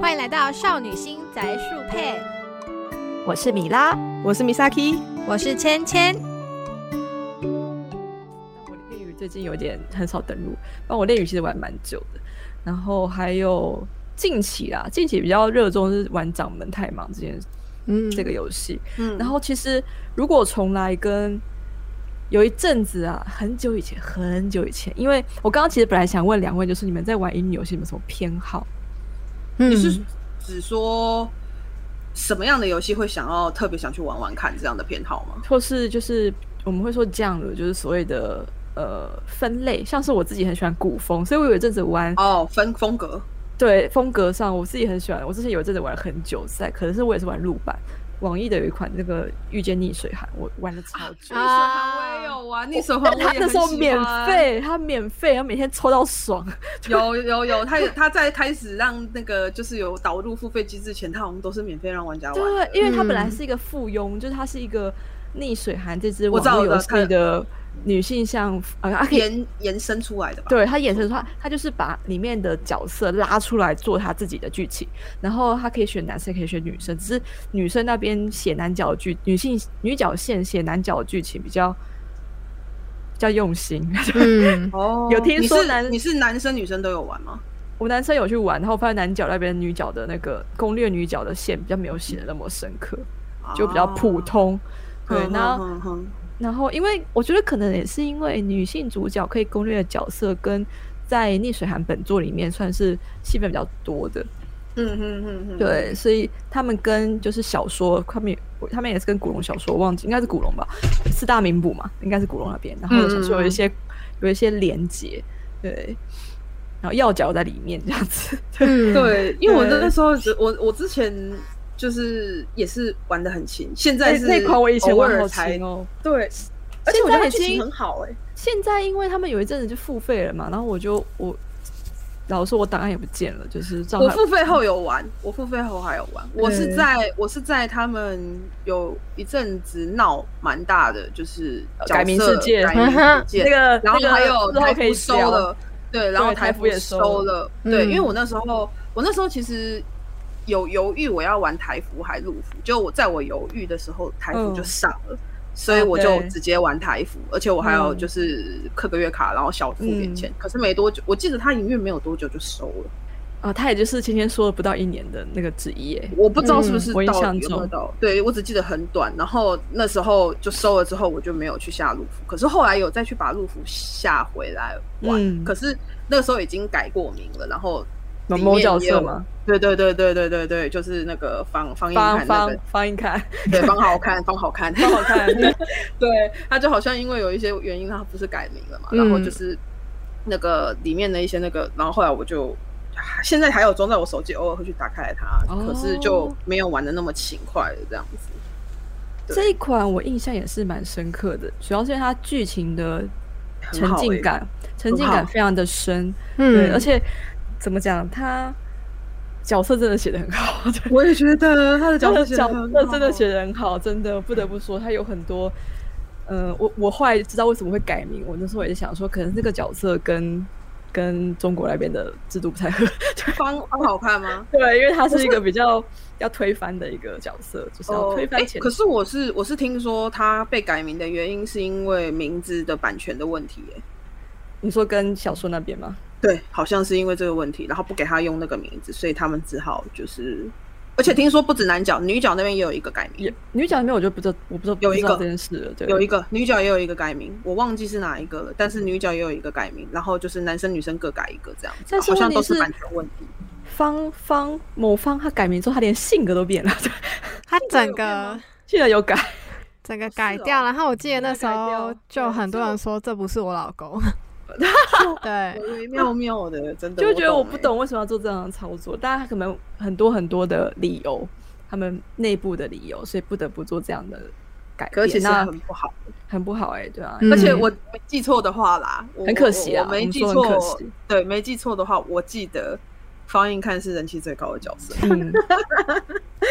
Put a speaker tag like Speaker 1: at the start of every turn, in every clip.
Speaker 1: 欢迎来到少女心宅树配，
Speaker 2: 我是米拉，
Speaker 3: 我是 Misaki。
Speaker 1: 我是芊芊。
Speaker 3: 我的恋语最近有点很少登录，但我恋语其实玩蛮久的。然后还有近期啦，近期比较热衷是玩《掌门太忙》这件
Speaker 1: 嗯
Speaker 3: 这个游戏。
Speaker 2: 嗯
Speaker 3: 然后其实如果重来跟有一阵子啊，很久以前，很久以前，因为我刚刚其实本来想问两位，就是你们在玩乙女游戏有没有什么偏好？
Speaker 1: 嗯
Speaker 2: 你是只说什么样的游戏会想要特别想去玩玩看这样的偏好吗？
Speaker 3: 或是就是我们会说这样的，就是所谓的呃分类，像是我自己很喜欢古风，所以我有一阵子玩
Speaker 2: 哦，分风格，
Speaker 3: 对风格上，我自己很喜欢。我之前有一阵子玩很久在，可是我也是玩陆版。网易的有一款那个《遇见逆水寒》，我玩了超久。
Speaker 1: 啊
Speaker 2: 我也有啊玩，逆水
Speaker 3: 但
Speaker 2: 环我
Speaker 3: 他
Speaker 2: 也
Speaker 3: 那
Speaker 2: 很
Speaker 3: 时候
Speaker 2: 喜
Speaker 3: 免
Speaker 2: 欢，
Speaker 3: 费，他免费，他每天抽到爽。
Speaker 2: 有有有，他他在开始让那个就是有导入付费机制前，他好像都是免费让玩家玩的。
Speaker 3: 对，因为他本来
Speaker 1: 嗯
Speaker 3: 是一个附庸，就是他是一个逆水寒这只
Speaker 2: 我
Speaker 3: 网
Speaker 2: 知道
Speaker 3: 络游
Speaker 2: 我知道
Speaker 3: 戏的女性向，呃，它可以
Speaker 2: 延延伸出来的吧？
Speaker 3: 对他衍生出来，他就是把里面的角色拉出来做他自己的剧情，然后他可以选男生，可以选女生，只是女生那边写男角剧，女性女角线写男角剧情比较比较用心。
Speaker 1: 嗯，
Speaker 2: 哦
Speaker 3: 有听说
Speaker 2: 你是
Speaker 3: 男
Speaker 2: 你是男生女生都有玩吗？
Speaker 3: 我男生有去玩，然后发现男角那边女角的那个攻略女角的线比较没有写的那么深刻，就比较普
Speaker 2: 啊。
Speaker 3: 通。对，
Speaker 2: 哼
Speaker 3: 那
Speaker 2: 哼哼
Speaker 3: 然后，因为我觉得可能也是因为女性主角可以攻略的角色跟在逆水寒本作里面算是戏份比较多的，
Speaker 2: 嗯嗯嗯嗯，
Speaker 3: 对，所以他们跟就是小说，他们也他们也是跟古龙小说，我忘记应该是古龙吧，四大名捕嘛，应该是古龙那边，然后小说有一些、
Speaker 2: 嗯
Speaker 3: 有一些连结，对，然后要角在里面这样子，对，
Speaker 1: 嗯，
Speaker 2: 对，因为我那
Speaker 3: 对
Speaker 2: 时候只我我之前就是也是玩的很勤，现在
Speaker 3: 那
Speaker 2: 是
Speaker 3: 那款我以前
Speaker 2: 偶
Speaker 3: 玩
Speaker 2: 尔
Speaker 3: 好
Speaker 2: 才
Speaker 3: 勤哦，
Speaker 2: 对，而且
Speaker 3: 现
Speaker 2: 我觉
Speaker 3: 在
Speaker 2: 得
Speaker 3: 已
Speaker 2: 剧情
Speaker 3: 经哦
Speaker 2: 很好哎，
Speaker 3: 现在因为他们有一阵子就付费了嘛，然后我就我老实说，我档案也不见了，就是账
Speaker 2: 我
Speaker 3: 号
Speaker 2: 付费后有玩，我付费后还有玩，我
Speaker 3: 嗯
Speaker 2: 是在我是在他们有一阵子闹蛮大的，就是角色
Speaker 3: 改名世界
Speaker 2: 改名世 界
Speaker 3: 那个，
Speaker 2: 然后
Speaker 3: 那个
Speaker 2: 还有
Speaker 3: 之后
Speaker 2: 台
Speaker 3: 可以
Speaker 2: 服收
Speaker 3: 聊，
Speaker 2: 了，对，然后
Speaker 3: 啊对台服
Speaker 2: 服
Speaker 3: 也收
Speaker 2: 收
Speaker 3: 了
Speaker 2: 了，对，因为
Speaker 1: 嗯
Speaker 2: 我那时候我那时候其实有犹豫我要玩台服还陆服，就我在我犹豫的时候，台服
Speaker 3: 嗯
Speaker 2: 就上了。所以
Speaker 3: 哦
Speaker 2: 我就
Speaker 3: 对
Speaker 2: 直接玩台服，而且我还有
Speaker 3: 嗯
Speaker 2: 就是刻个月卡，然后小付点钱。可是没多久，我记得他营运没有多久就收了，
Speaker 3: 啊，他也就是芊芊说了不到一年的那个职业，
Speaker 2: 我不知道是不是
Speaker 3: 嗯我印
Speaker 2: 到
Speaker 3: 象
Speaker 2: 底有没有
Speaker 3: 中
Speaker 2: 到。对我只记得很短，然后那时候就收了之后，我就没有去下路服。可是后来有再去把路服下回来玩，
Speaker 3: 嗯
Speaker 2: 可是那个时候已经改过名了，然后
Speaker 3: 某
Speaker 2: 里
Speaker 3: 某
Speaker 2: 面
Speaker 3: 角
Speaker 2: 也有
Speaker 3: 色嘛，
Speaker 2: 对对对对对对对，就是那个方方英
Speaker 3: 方
Speaker 2: 汉那
Speaker 3: 方
Speaker 2: 个，
Speaker 3: 方一看，
Speaker 2: 对方好看，方好看，
Speaker 3: 方好看，对
Speaker 2: 对，他就好像因为有一些原因，他不是改名了嘛，
Speaker 3: 嗯
Speaker 2: 然后就是那个里面的一些那个，然后后来我就啊现在还有装在我手机，偶尔会去打开来它，
Speaker 3: 哦
Speaker 2: 可是就没有玩的那么勤快了这样子。 对
Speaker 3: 这一款我印象也是蛮深刻的，主要是因为它剧情的
Speaker 2: 很
Speaker 3: 沉
Speaker 2: 好
Speaker 3: 浸
Speaker 2: 欸
Speaker 3: 感，沉浸
Speaker 2: 很好
Speaker 3: 感非常的深，对，
Speaker 1: 嗯，
Speaker 3: 而且怎么讲，他角色真的写的很 好，对。
Speaker 2: 我也觉得他的
Speaker 3: 角色角色真
Speaker 2: 真
Speaker 3: 的
Speaker 2: 的
Speaker 3: 写
Speaker 2: 写
Speaker 3: 的很好，真的不得不说，他有很多，呃，我我后来知道为什么会改名，我那时候也想说，可能这个角色跟跟中国那边的制度不太 合，
Speaker 2: 方方好 看吗？
Speaker 3: 对，因为他是一个比较要推翻的一个角色，就是要
Speaker 2: 哦，
Speaker 3: 推翻
Speaker 2: 诶
Speaker 3: 前、
Speaker 2: 可是我是我是听说他被改名的原因是因为名字的版权的问题、耶。
Speaker 3: 你说跟小说那边吗？
Speaker 2: 对，好像是因为这个问题，然后不给他用那个名字，所以他们只好就是，而且听说不止男角，女角那边也有一个改名
Speaker 3: 也，女角那边我就不知道，我不知道
Speaker 2: 有一
Speaker 3: 不知
Speaker 2: 个
Speaker 3: 道这件事了，对，
Speaker 2: 有一个女角也有一个改名，我忘记是哪一个了，但是女角也有一个改名，然后就是男生女生各改一个这样子，
Speaker 3: 但是
Speaker 2: 好像都
Speaker 3: 问题是
Speaker 2: 版权问题。
Speaker 3: 方方某方他改名之后，他连性格都变了， 对
Speaker 1: 他整
Speaker 2: 有变吗
Speaker 1: 个
Speaker 3: 现在有改，
Speaker 1: 整个
Speaker 2: 哦是
Speaker 1: 改掉，
Speaker 2: 哦
Speaker 1: 然后我记得那时
Speaker 3: 整个改
Speaker 1: 候
Speaker 3: 掉
Speaker 1: 就
Speaker 3: 对
Speaker 1: 很多
Speaker 3: 所以
Speaker 1: 人
Speaker 3: 我
Speaker 1: 说这不是我老 公，对，
Speaker 2: 微微妙妙的，真的
Speaker 3: 就觉得我不
Speaker 2: 欸。
Speaker 3: 懂为什么要做这样的操作，但他可能很多很多的理由，他们内部的理由，所以不得不做这样的改
Speaker 2: 可
Speaker 3: 变，
Speaker 2: 是其实
Speaker 3: 那
Speaker 2: 很不好，
Speaker 3: 很不好哎、对啊，
Speaker 1: 嗯
Speaker 2: 而且我没记错的话啦，我
Speaker 3: 很可惜啊
Speaker 2: 我我没记
Speaker 3: 我们说很可
Speaker 2: 错
Speaker 3: 惜，
Speaker 2: 对，没记错的话，我记得方印看是人气最高的角色，
Speaker 3: 嗯，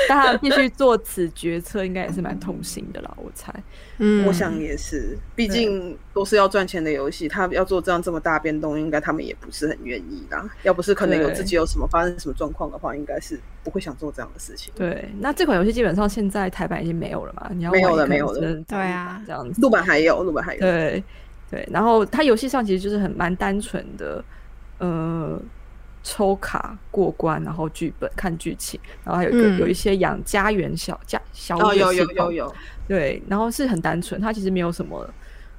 Speaker 3: 但他必须做此决策，应该也是蛮痛心的啦，我猜。
Speaker 1: 嗯，
Speaker 2: 我想也是，毕竟都是要赚钱的游戏，他要做这样这么大变动，应该他们也不是很愿意啦。要不是可能有
Speaker 3: 对
Speaker 2: 自己有什么发生什么状况的话，应该是不会想做这样的事情。
Speaker 3: 对，那这款游戏基本上现在台版已经没有了嘛？你要
Speaker 2: 没有了
Speaker 3: 玩可能
Speaker 2: 没有了
Speaker 3: 只能
Speaker 1: 对啊
Speaker 3: 这样子。
Speaker 2: 陆版还有，陆版还有，哦
Speaker 3: 对对，然后它游戏上其实就是很蛮单纯的，呃，抽卡过关，然后剧本看剧情，然后还有一个、有
Speaker 1: 嗯
Speaker 3: 一些养家园小家小
Speaker 2: 哦，
Speaker 3: 野
Speaker 2: 有有
Speaker 3: 系
Speaker 2: 有
Speaker 3: 统
Speaker 2: 有，
Speaker 3: 对，然后是很单纯，它其实没有什么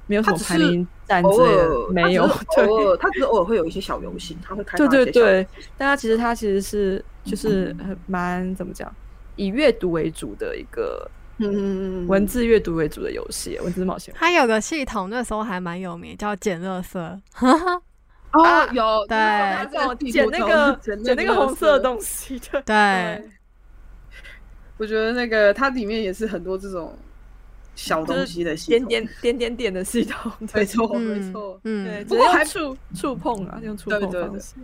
Speaker 3: 没有什
Speaker 2: 它
Speaker 3: 么
Speaker 2: 只
Speaker 3: 排
Speaker 2: 是
Speaker 3: 名战之
Speaker 2: 偶
Speaker 3: 类
Speaker 2: 尔
Speaker 3: 的，没有，
Speaker 2: 他只是偶
Speaker 3: 对
Speaker 2: 尔他只是偶尔会有一些小游戏，他会开发
Speaker 3: 对
Speaker 2: 一些
Speaker 3: 对
Speaker 2: 小
Speaker 3: 对，但它其实它其实是就是很蛮怎么讲，以阅读为主的一个
Speaker 2: 嗯，
Speaker 3: 文字阅读为主的游戏，文字冒险。
Speaker 1: 它有个系统，那时候还蛮有名，叫捡垃圾。
Speaker 2: 哦
Speaker 3: 啊
Speaker 2: 有
Speaker 1: 对
Speaker 2: 那时候
Speaker 3: 哦
Speaker 2: 他在地
Speaker 3: 捡
Speaker 2: 图
Speaker 3: 那
Speaker 2: 中
Speaker 3: 个
Speaker 2: 捡
Speaker 3: 捡那个红色的
Speaker 2: 西。
Speaker 3: 东西哎的，
Speaker 1: 对，
Speaker 2: 我觉得那个它里面也是很多这种小
Speaker 3: 就
Speaker 2: 东
Speaker 3: 是
Speaker 2: 西的
Speaker 3: 点
Speaker 2: 系统，
Speaker 3: 点点点点的系统，
Speaker 2: 没
Speaker 3: 对
Speaker 2: 错没
Speaker 1: 嗯
Speaker 2: 错。
Speaker 3: 对，
Speaker 1: 嗯，
Speaker 3: 只
Speaker 2: 不过
Speaker 3: 用
Speaker 2: 还嗯
Speaker 3: 触触碰啊，用触
Speaker 2: 对
Speaker 3: 碰
Speaker 2: 对
Speaker 3: 方
Speaker 2: 对
Speaker 3: 式。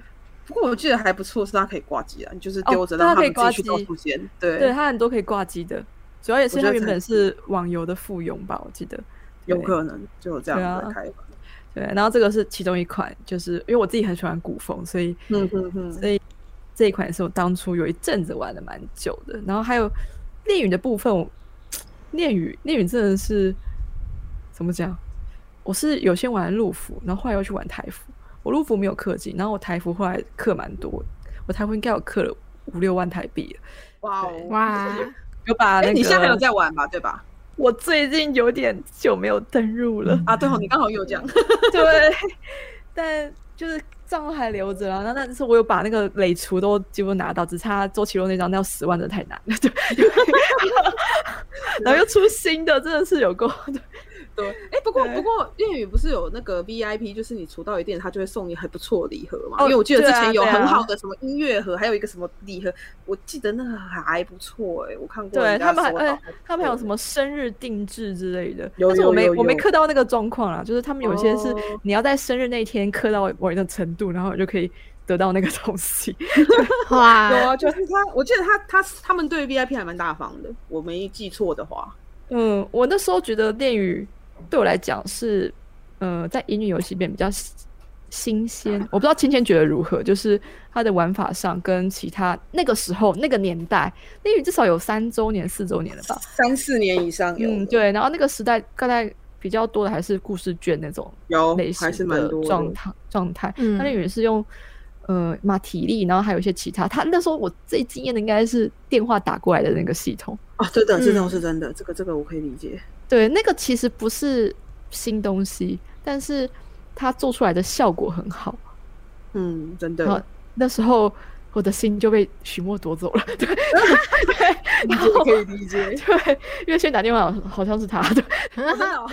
Speaker 2: 不过我记得还不错，是它可以挂机啊，你就是
Speaker 3: 哦
Speaker 2: 丢着
Speaker 3: 对它
Speaker 2: 让他
Speaker 3: 可以
Speaker 2: 们自己去
Speaker 3: 挂
Speaker 2: 到
Speaker 3: 机
Speaker 2: 空间。对
Speaker 3: 对，它很多可以挂机的，主要也是
Speaker 2: 我觉
Speaker 3: 它
Speaker 2: 得
Speaker 3: 原
Speaker 2: 才
Speaker 3: 本是网游的附庸吧，我记得。
Speaker 2: 有
Speaker 3: 对
Speaker 2: 可能就有这
Speaker 3: 对
Speaker 2: 样
Speaker 3: 啊
Speaker 2: 的开发。
Speaker 3: 对，然后这个是其中一款，就是因为我自己很喜欢古风，所以
Speaker 2: 嗯嗯嗯，
Speaker 3: 所以这一款也是我当初有一阵子玩的蛮久的。然后还有恋语的部分，我恋语恋语真的是怎么讲？我是有先玩陆服，然后后来又去玩台服。我陆服没有氪金，然后我台服后来氪蛮多，我台服应该有氪了五六万台币了。
Speaker 2: 哇哦，
Speaker 1: 哇，
Speaker 3: 有把那
Speaker 2: 哎，
Speaker 3: 个、
Speaker 2: 你现在还有在玩吧？对吧？
Speaker 3: 我最近有点久没有登入了，
Speaker 2: 啊，对哦，你刚好有讲，
Speaker 3: 对，但就是账号还留着啦。啊那但是我有把那个垒除都几乎拿到，只差周奇洛那张那要十万的太难了， 对，然后又出新的，真的是有够。对
Speaker 2: 对，哎，不过
Speaker 3: 对
Speaker 2: 不过恋语不是有那个 VIP，就是你除到一定，他就会送你很不错的礼盒嘛。
Speaker 3: 哦
Speaker 2: 因为我记得之
Speaker 3: 对啊
Speaker 2: 前有
Speaker 3: 对啊
Speaker 2: 很好的什么音乐盒，还有一个什么礼盒，我记得那个还不错哎，我看过
Speaker 3: 对
Speaker 2: 人家
Speaker 3: 他们还，
Speaker 2: 收到
Speaker 3: 呃，他们还有什
Speaker 2: 么？
Speaker 3: 么生日定制之类的，
Speaker 2: 哎有
Speaker 3: 但是我
Speaker 2: 有
Speaker 3: 没
Speaker 2: 有
Speaker 3: 我没
Speaker 2: 有
Speaker 3: 刻到那个状况啦，就是他们有些是
Speaker 2: 哦
Speaker 3: 你要在生日那一天刻到某一个程度，然后你就可以得到那个东西。
Speaker 2: 有
Speaker 1: 哇，
Speaker 2: 啊，就是他，我记得他他他们对 VIP 还蛮大方的，我没记错的话。
Speaker 3: 嗯，我那时候觉得恋与对我来讲是，呃，在乙女游戏里面比较新新鲜。我不知道芊芊觉得如何，就是它的玩法上跟其他那个时候那个年代，恋与至少有三周年、四周年了吧？
Speaker 2: 三四年以上有的，
Speaker 3: 嗯，对。然后那个时代大概比较多的还是故事卷那种
Speaker 2: 有
Speaker 3: 类
Speaker 2: 还是
Speaker 3: 型
Speaker 2: 蛮
Speaker 3: 的
Speaker 2: 多的
Speaker 3: 状态状态。
Speaker 1: 嗯
Speaker 3: 那恋与是用。呃，嘛体力，然后还有一些其他。他那时候我最惊艳的应该是电话打过来的那个系统，
Speaker 2: 啊，真的，
Speaker 1: 嗯
Speaker 2: 真的是真的，这个这个我可以理解。
Speaker 3: 对，那个其实不是新东西，但是它做出来的效果很好。
Speaker 2: 嗯，真
Speaker 3: 然后
Speaker 2: 的，
Speaker 3: 那时候我的心就被许墨夺走了， 对对
Speaker 2: 理解可以理解。
Speaker 3: 对，因为先打电话好好像是 他的，
Speaker 2: 真的哦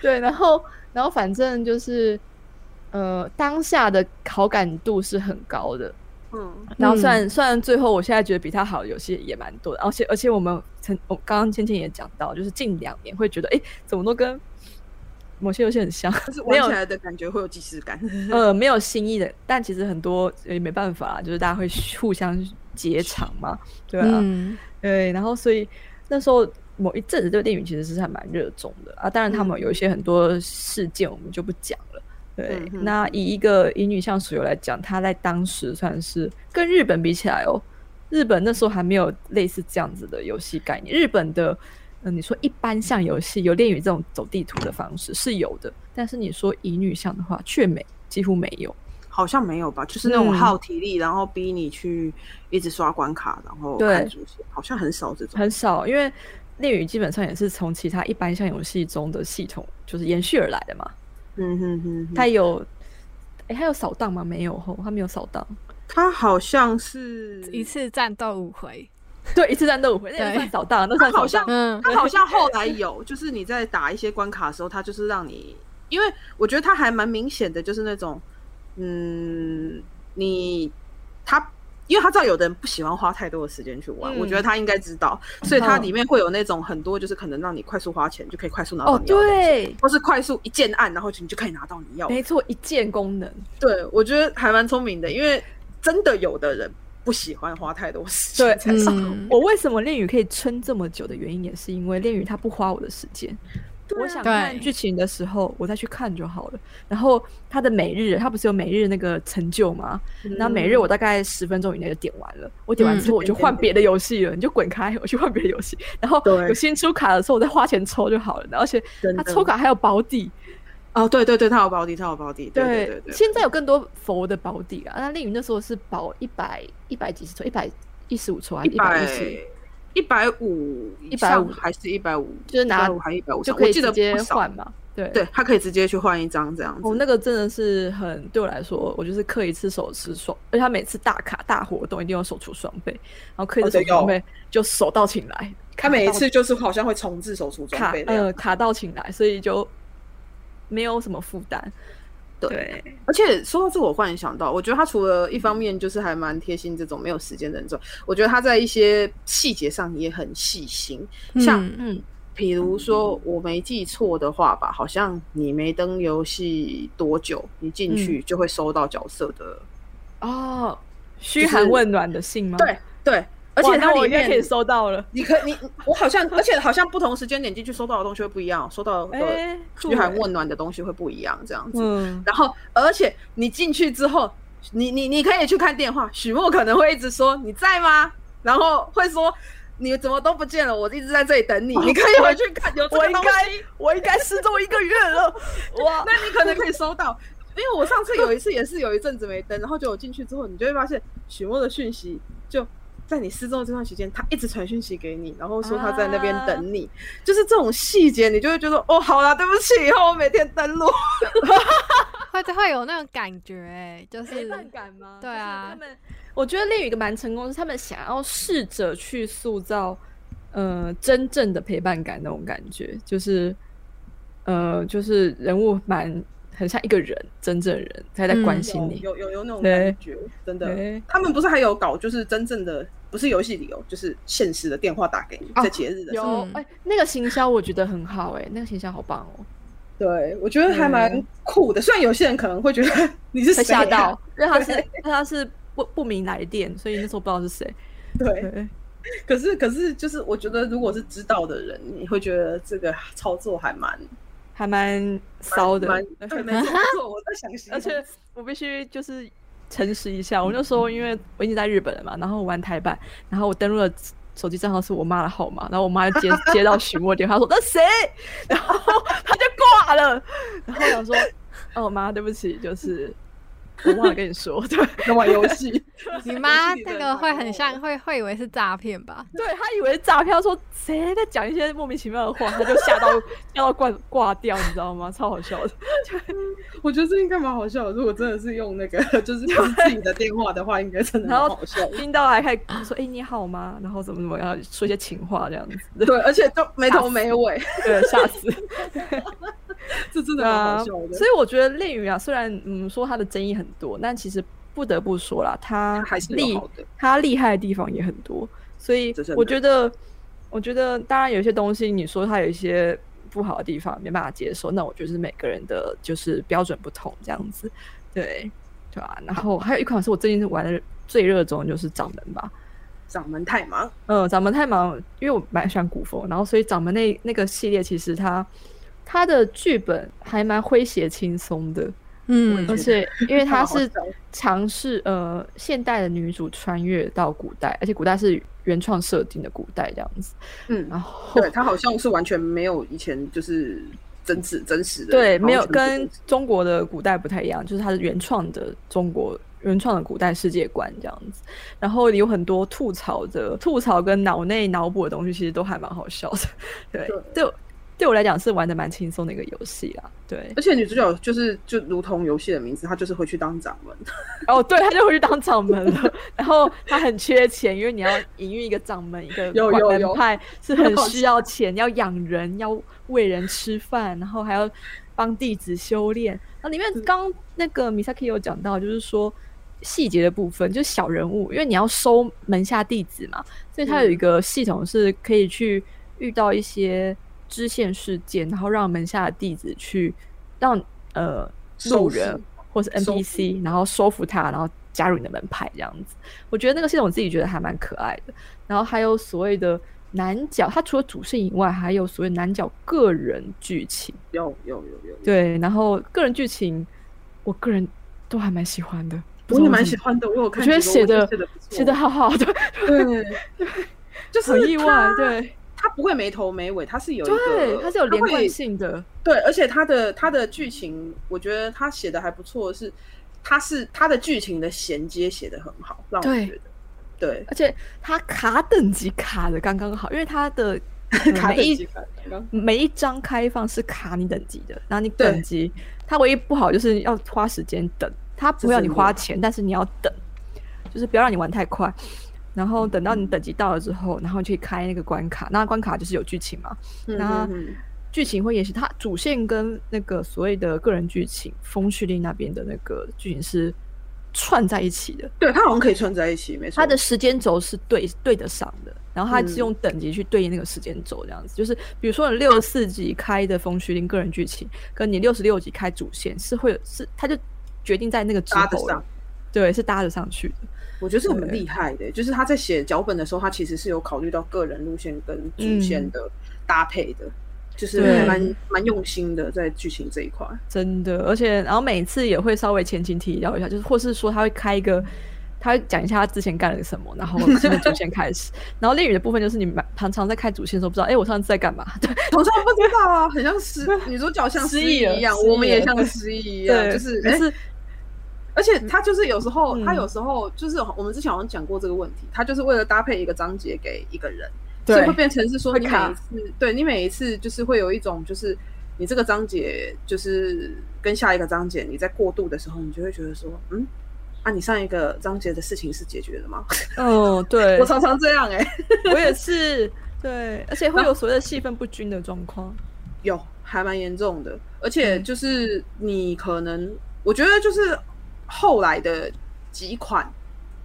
Speaker 3: 对，然后然后反正就是。呃，当下的好感度是很高的，
Speaker 2: 嗯，
Speaker 3: 然后虽然、虽然最后我现在觉得比他好的游戏也蛮多的，而且而且我们曾我刚刚芊芊也讲到，就是近两年会觉得，哎，怎么都跟某些游戏很像，
Speaker 2: 就是
Speaker 3: 没
Speaker 2: 玩
Speaker 3: 有
Speaker 2: 起来的感觉会有即视感。
Speaker 3: 呃，没有新意的，但其实很多呃也没办法，就是大家会互相结场嘛，对啊，
Speaker 1: 嗯，
Speaker 3: 对，然后所以那时候某一阵子对电影其实是还蛮热衷的啊，当然他
Speaker 2: 嗯
Speaker 3: 们有一些很多事件我们就不讲了。对
Speaker 2: 嗯，哼
Speaker 3: 那以一个以女向手游来讲，它在当时算是跟日本比起来哦，日本那时候还没有类似这样子的游戏概念。日本的，嗯、你说一般像游戏有恋与这种走地图的方式是有的，但是你说乙女向的话，却没几乎没有。
Speaker 2: 好像没有吧，就是那种
Speaker 3: 嗯
Speaker 2: 耗体力，然后逼你去一直刷关卡，然后
Speaker 3: 对
Speaker 2: 看主线，好像很少这种。
Speaker 3: 很少，因为恋与基本上也是从其他一般像游戏中的系统就是延续而来的嘛。
Speaker 2: 嗯哼哼哼，
Speaker 3: 它有，哎、它有扫荡吗？没有吼，它没有扫荡。
Speaker 2: 他好像是
Speaker 1: 一次战斗五回，
Speaker 3: 对，一次战斗五回，那也
Speaker 1: 对
Speaker 3: 算扫荡，那算
Speaker 2: 好
Speaker 3: 扫
Speaker 2: 像
Speaker 3: 荡。
Speaker 1: 嗯
Speaker 2: 他好像后来有，就是你在打一些关卡的时候，他就是让你，因为我觉得他还蛮明显的，就是那种，嗯，你他。因为他知道有的人不喜欢花太多的时间去玩，
Speaker 3: 嗯
Speaker 2: 我觉得他应该知道，所以它
Speaker 3: 嗯
Speaker 2: 里面会有那种很多就是可能让你快速花钱就可以快速拿到
Speaker 3: 哦，
Speaker 2: 你要的，，
Speaker 3: 对，
Speaker 2: 或是快速一键按，然后你就可以拿到你要的。
Speaker 3: 没错，一键功能。
Speaker 2: 对，我觉得还蛮聪明的，因为真的有的人不喜欢花太多时
Speaker 3: 对
Speaker 2: 间在上面。
Speaker 1: 嗯
Speaker 3: 我为什么恋与可以撑这么久的原因，也是因为恋与它不花我的时间。
Speaker 2: 对啊
Speaker 3: 我想看
Speaker 1: 对
Speaker 3: 剧情的时候，我再去看就好了。然后它的每日，它不是有每日那个成就吗？那每日
Speaker 2: 嗯
Speaker 3: 我大概十分钟以内就点完了，我点完之后我就换别的游戏了，你就滚开，我去换别的游戏。然后
Speaker 2: 对
Speaker 3: 有新出卡的时候，我再花钱抽就好了。而且
Speaker 2: 真
Speaker 3: 它
Speaker 2: 的
Speaker 3: 抽卡还有保底，
Speaker 2: 哦，对对对，他有保底，他有保底，对对对对。
Speaker 3: 现在有更多佛的保底啊。那令云那时候是保一百一百几十抽，一百一十五抽还是
Speaker 2: 一
Speaker 3: 一百一
Speaker 2: 百
Speaker 3: 十？
Speaker 2: 一百五
Speaker 3: 150
Speaker 2: 还是一百五，
Speaker 3: 就是拿
Speaker 2: 150还一百五，
Speaker 3: 就可以
Speaker 2: 我记
Speaker 3: 直
Speaker 2: 得
Speaker 3: 接
Speaker 2: 不少
Speaker 3: 换。嘛？对
Speaker 2: 对，他可以直接去换一张这样
Speaker 3: 哦，
Speaker 2: 子。
Speaker 3: 那个真的是很对我来说，我就是刻一次手持爽，而且他每次大卡大活动一定要手出双倍，然后刻一
Speaker 2: 哦
Speaker 3: 次手
Speaker 2: 对
Speaker 3: 出双
Speaker 2: 有
Speaker 3: 倍就手到擒来，
Speaker 2: 他每一次就是好像会重置手出装
Speaker 3: 卡
Speaker 2: 备的样子
Speaker 3: 呃卡到擒来，所以就没有什么负担。
Speaker 2: 对而且说到这，我忽然想到，我觉得他除了一方面就是还蛮贴心这种没有时间的人之外，我觉得他在一些细节上也很细心。像
Speaker 1: 嗯
Speaker 3: 嗯，
Speaker 2: 比如说我没记错的话吧，好像你没登游戏多久，你进去就会收到角色的。
Speaker 3: 哦，嘘
Speaker 2: 就是
Speaker 3: 寒问暖的信吗？
Speaker 2: 对对，而
Speaker 3: 哇
Speaker 2: 且
Speaker 3: 那
Speaker 2: 它
Speaker 3: 我应
Speaker 2: 里
Speaker 3: 该
Speaker 2: 面
Speaker 3: 可以收到了。
Speaker 2: 你可你我好像，而且好像不同时间点进去收到的东西会不一样，收到的
Speaker 3: 哎，
Speaker 2: 嘘寒问暖的东西会不一样，这样子。
Speaker 3: 嗯，
Speaker 2: 然后，而且你进去之后，你你你可以去看电话，许墨可能会一直说你在吗？然后会说你怎么都不见了，我一直在这里等你。你可以回去看有这
Speaker 3: 哦 我
Speaker 2: 个
Speaker 3: 应
Speaker 2: 东
Speaker 3: 该
Speaker 2: 西，
Speaker 3: 我应该失踪一个月了，哇！
Speaker 2: 那你可能可以收到。因为我上次有一次也是有一阵子没登，然后就我进去之后，你就会发现许墨的讯息就在你失踪的这段时间，他一直传讯息给你，然后说他在那边等你，
Speaker 3: 啊
Speaker 2: 就是这种细节，你就会觉得哦，好啦，对不起，以后我每天登录。
Speaker 1: 会会有那种感觉、欸，就是
Speaker 2: 哎
Speaker 3: 陪伴感吗？
Speaker 1: 对啊
Speaker 3: 就是他们我觉得另一个蛮成功，是他们想要试着去塑造，呃，真正的陪伴感那种感觉，就是，呃，就是人物蛮很像一个人，真正人，他在
Speaker 1: 嗯
Speaker 3: 关心你。
Speaker 2: 有有有那种
Speaker 3: 对
Speaker 2: 感觉，真的
Speaker 3: 对。
Speaker 2: 他们不是还有搞，就是真正的不是游戏里有，就是现实的电话打给你，
Speaker 3: 哦
Speaker 2: 在节日的时
Speaker 3: 有
Speaker 2: 候。
Speaker 1: 嗯
Speaker 3: 哎、那个行销我觉得很好哎、那个行销好棒哦、
Speaker 2: 对，我觉得还蛮酷的。虽然有些人可能会觉得你是
Speaker 3: 会
Speaker 2: 谁啊
Speaker 3: 吓到，，哦因为他是因为他是不不明来电，所以那时候不知道是谁。
Speaker 2: 对。
Speaker 3: 对，
Speaker 2: 可是可是就是我觉得，如果是知道的人，你会觉得这个操作还 蛮
Speaker 3: 还蛮骚的，
Speaker 2: 蛮对，没错没错。我在想形容，
Speaker 3: 而且我必须就是诚实一下，我那时候因为我已经在日本了嘛，然后我玩台版，然后我登录了手机账号是我妈的号码，然后我妈 就接接到许墨电话说那谁，然后她就挂了，然后我想说哦妈对不起，就是我忘了跟你说， 对
Speaker 2: 在玩游 戏，
Speaker 1: 你妈
Speaker 2: 游戏里
Speaker 1: 那
Speaker 2: 的人哦
Speaker 1: 个会很
Speaker 2: 打给
Speaker 1: 像，
Speaker 2: 我。
Speaker 1: 会会以为是诈骗吧？
Speaker 3: 对，她以为是诈骗，她说谁在讲一些莫名其妙的话，她就吓到吓到挂挂掉，你知道吗？超好笑的。
Speaker 2: 我觉得这应该蛮好笑的。如果真的是用那个， 就是不是自己的电话的话，应该真的
Speaker 3: 然
Speaker 2: 蛮
Speaker 3: 后
Speaker 2: 好笑的。
Speaker 3: 听到还开始说：“哎、你好吗？”然后怎么怎么样，说一些情话这样子。对
Speaker 2: 对，而且都没头没尾，
Speaker 3: 对，吓死！
Speaker 2: 这真的
Speaker 3: 对
Speaker 2: 蛮
Speaker 3: 啊，
Speaker 2: 好笑的。
Speaker 3: 所以我觉得恋与啊，虽然嗯说它的争议很多，但其实不得不说啦，它
Speaker 2: 还是有
Speaker 3: 厉
Speaker 2: 好的
Speaker 3: 它厉害的地方也很多。所以
Speaker 2: 这真的
Speaker 3: 我觉得，我觉得当然有一些东西，你说它有一些不好的地方没办法接受，那我觉得是每个人的就是标准不同这样子，对对啊。然后还有一款是我最近玩的最热衷的就是掌门吧，
Speaker 2: 掌门太忙，
Speaker 3: 嗯，掌门太忙，因为我蛮喜欢古风，然后所以掌门那那个系列其实它它的剧本还蛮诙谐轻松的，
Speaker 1: 嗯
Speaker 3: 而
Speaker 2: 嗯
Speaker 3: 且因为它
Speaker 2: 好好
Speaker 3: 是
Speaker 2: 笑
Speaker 3: 尝试呃现代的女主穿越到古代，而且古代是原创设定的古代这样子，
Speaker 2: 嗯，
Speaker 3: 然后
Speaker 2: 对他好像是完全没有以前就是真实真实的，
Speaker 3: 对
Speaker 2: 好像
Speaker 3: 没有
Speaker 2: 全部
Speaker 3: 跟
Speaker 2: 都是
Speaker 3: 中国的古代不太一样，就是它是原创的中国。原创的古代世界观这样子，然后有很多吐槽的吐槽跟脑内脑补的东西，其实都还蛮好笑的。 对，
Speaker 2: 对
Speaker 3: 对我对我来讲是玩的蛮轻松的一个游戏啦。对，
Speaker 2: 而且女主角就是就如同游戏的名字，她就是回去当掌门，
Speaker 3: 哦，对，他就回去当掌门了。然后他很缺钱，因为你要营运一个掌门，一个
Speaker 2: 有
Speaker 3: 管
Speaker 2: 有
Speaker 3: 门
Speaker 2: 有
Speaker 3: 派是很需要钱，要养人，要喂人吃饭，然后还要帮弟子修炼。那里面刚那个 Misaki 有讲到，就是说细节的部分，就是小人物，因为你要收门下弟子嘛，所以它
Speaker 2: 嗯
Speaker 3: 有一个系统是可以去遇到一些支线事件，然后让门下的弟子去让呃
Speaker 2: 收
Speaker 3: 路
Speaker 2: 拾
Speaker 3: 人或是
Speaker 2: 收服
Speaker 3: NPC，然后收服他，然后加入你的门派这样子。我觉得那个系统我自己觉得还蛮可爱的。然后还有所谓的男角，它除了主线以外，还有所谓男角个人剧情。
Speaker 2: 有有有有，
Speaker 3: 对，然后个人剧情，我个人都还蛮喜欢的。不
Speaker 2: 我
Speaker 3: 知道
Speaker 2: 也
Speaker 3: 为
Speaker 2: 蛮
Speaker 3: 什
Speaker 2: 喜
Speaker 3: 么，
Speaker 2: 欢的，我有
Speaker 3: 我
Speaker 2: 看
Speaker 3: 觉
Speaker 2: 几个，
Speaker 3: 得写
Speaker 2: 的
Speaker 3: 的写的好好，对，
Speaker 2: 对，就是
Speaker 3: 很意外
Speaker 2: 它，，
Speaker 3: 对
Speaker 2: 它不会没头没尾，它是有一
Speaker 3: 对，
Speaker 2: 个，
Speaker 3: 它是有连
Speaker 2: 会
Speaker 3: 贯性的。
Speaker 2: 对，而且它的它的剧情，我觉得它写的还不错，是它是它的剧情的衔接写的很好，让我
Speaker 3: 对
Speaker 2: 觉得对，
Speaker 3: 而且它卡等级卡的刚刚好，因为它的呃
Speaker 2: 卡
Speaker 3: 嗯每
Speaker 2: 等
Speaker 3: 一
Speaker 2: 级卡刚刚
Speaker 3: 每一张开放是卡你等级的，然后你
Speaker 2: 对
Speaker 3: 等级，它唯一不好就是要花时间等，它不要你
Speaker 2: 真的
Speaker 3: 花钱，但是你要等，就是不要让你玩太快。然后等到你等级到了之后，然后去开那个关卡，那关卡就是有剧情嘛，
Speaker 2: 嗯
Speaker 3: 那
Speaker 2: 嗯嗯
Speaker 3: 剧情会延续，它主线跟那个所谓的个人剧情，风绪令那边的那个剧情是串在一起的，
Speaker 2: 对，它好像可以串在一起，没错，
Speaker 3: 它的时间轴是对对得上的，然后它是
Speaker 2: 嗯
Speaker 3: 用等级去对应那个时间轴，这样子、就是比如说你六十四集开的风虚令个人剧情，跟你六十六集开主线是会有是它就决定在那个之
Speaker 2: 搭得
Speaker 3: 后
Speaker 2: 上
Speaker 3: 了，。对，是搭得上去的。
Speaker 2: 我觉得这个很
Speaker 3: 对
Speaker 2: 厉害的，就是他在写脚本的时候，他其实是有考虑到个人路线跟主线的搭配的，就是
Speaker 3: 嗯对
Speaker 2: 还蛮蛮用心的在剧情这 一块。
Speaker 3: 真的，而且然后每次也会稍微前情提要一下，就是或是说他会开一个，他会讲一下他之前干了什么，然后新的主线开 始。然后恋语的部分就是你们常常在开主线的时候不知道，哎、我上次在干嘛？对
Speaker 2: 好像不知道啊，很 像失女主角像失忆一样
Speaker 3: 失忆，了
Speaker 2: 我们也像失忆一样，
Speaker 3: 对，啊
Speaker 2: 就是
Speaker 3: 每
Speaker 2: 哎
Speaker 3: 次、
Speaker 2: 而且他就是有时候，
Speaker 3: 嗯
Speaker 2: 他有时候就是我们之前好像讲过这个问题，他就是为了搭配一个章节给一个人，
Speaker 3: 对
Speaker 2: 所以会变成是说
Speaker 3: 会
Speaker 2: 你每
Speaker 3: 卡
Speaker 2: 一次，对你每一次就是会有一种就是你这个章节就是跟下一个章节你在过渡的时候，你就会觉得说，嗯，啊，你上一个章节的事情是解决了吗？
Speaker 3: 嗯，对
Speaker 2: 我，常常这样哎、
Speaker 3: 我也是，对，而且会有所谓的戏份不均的状况。
Speaker 2: 有还蛮严重的，而且
Speaker 3: 嗯
Speaker 2: 就是你可能，我觉得就是后来的几款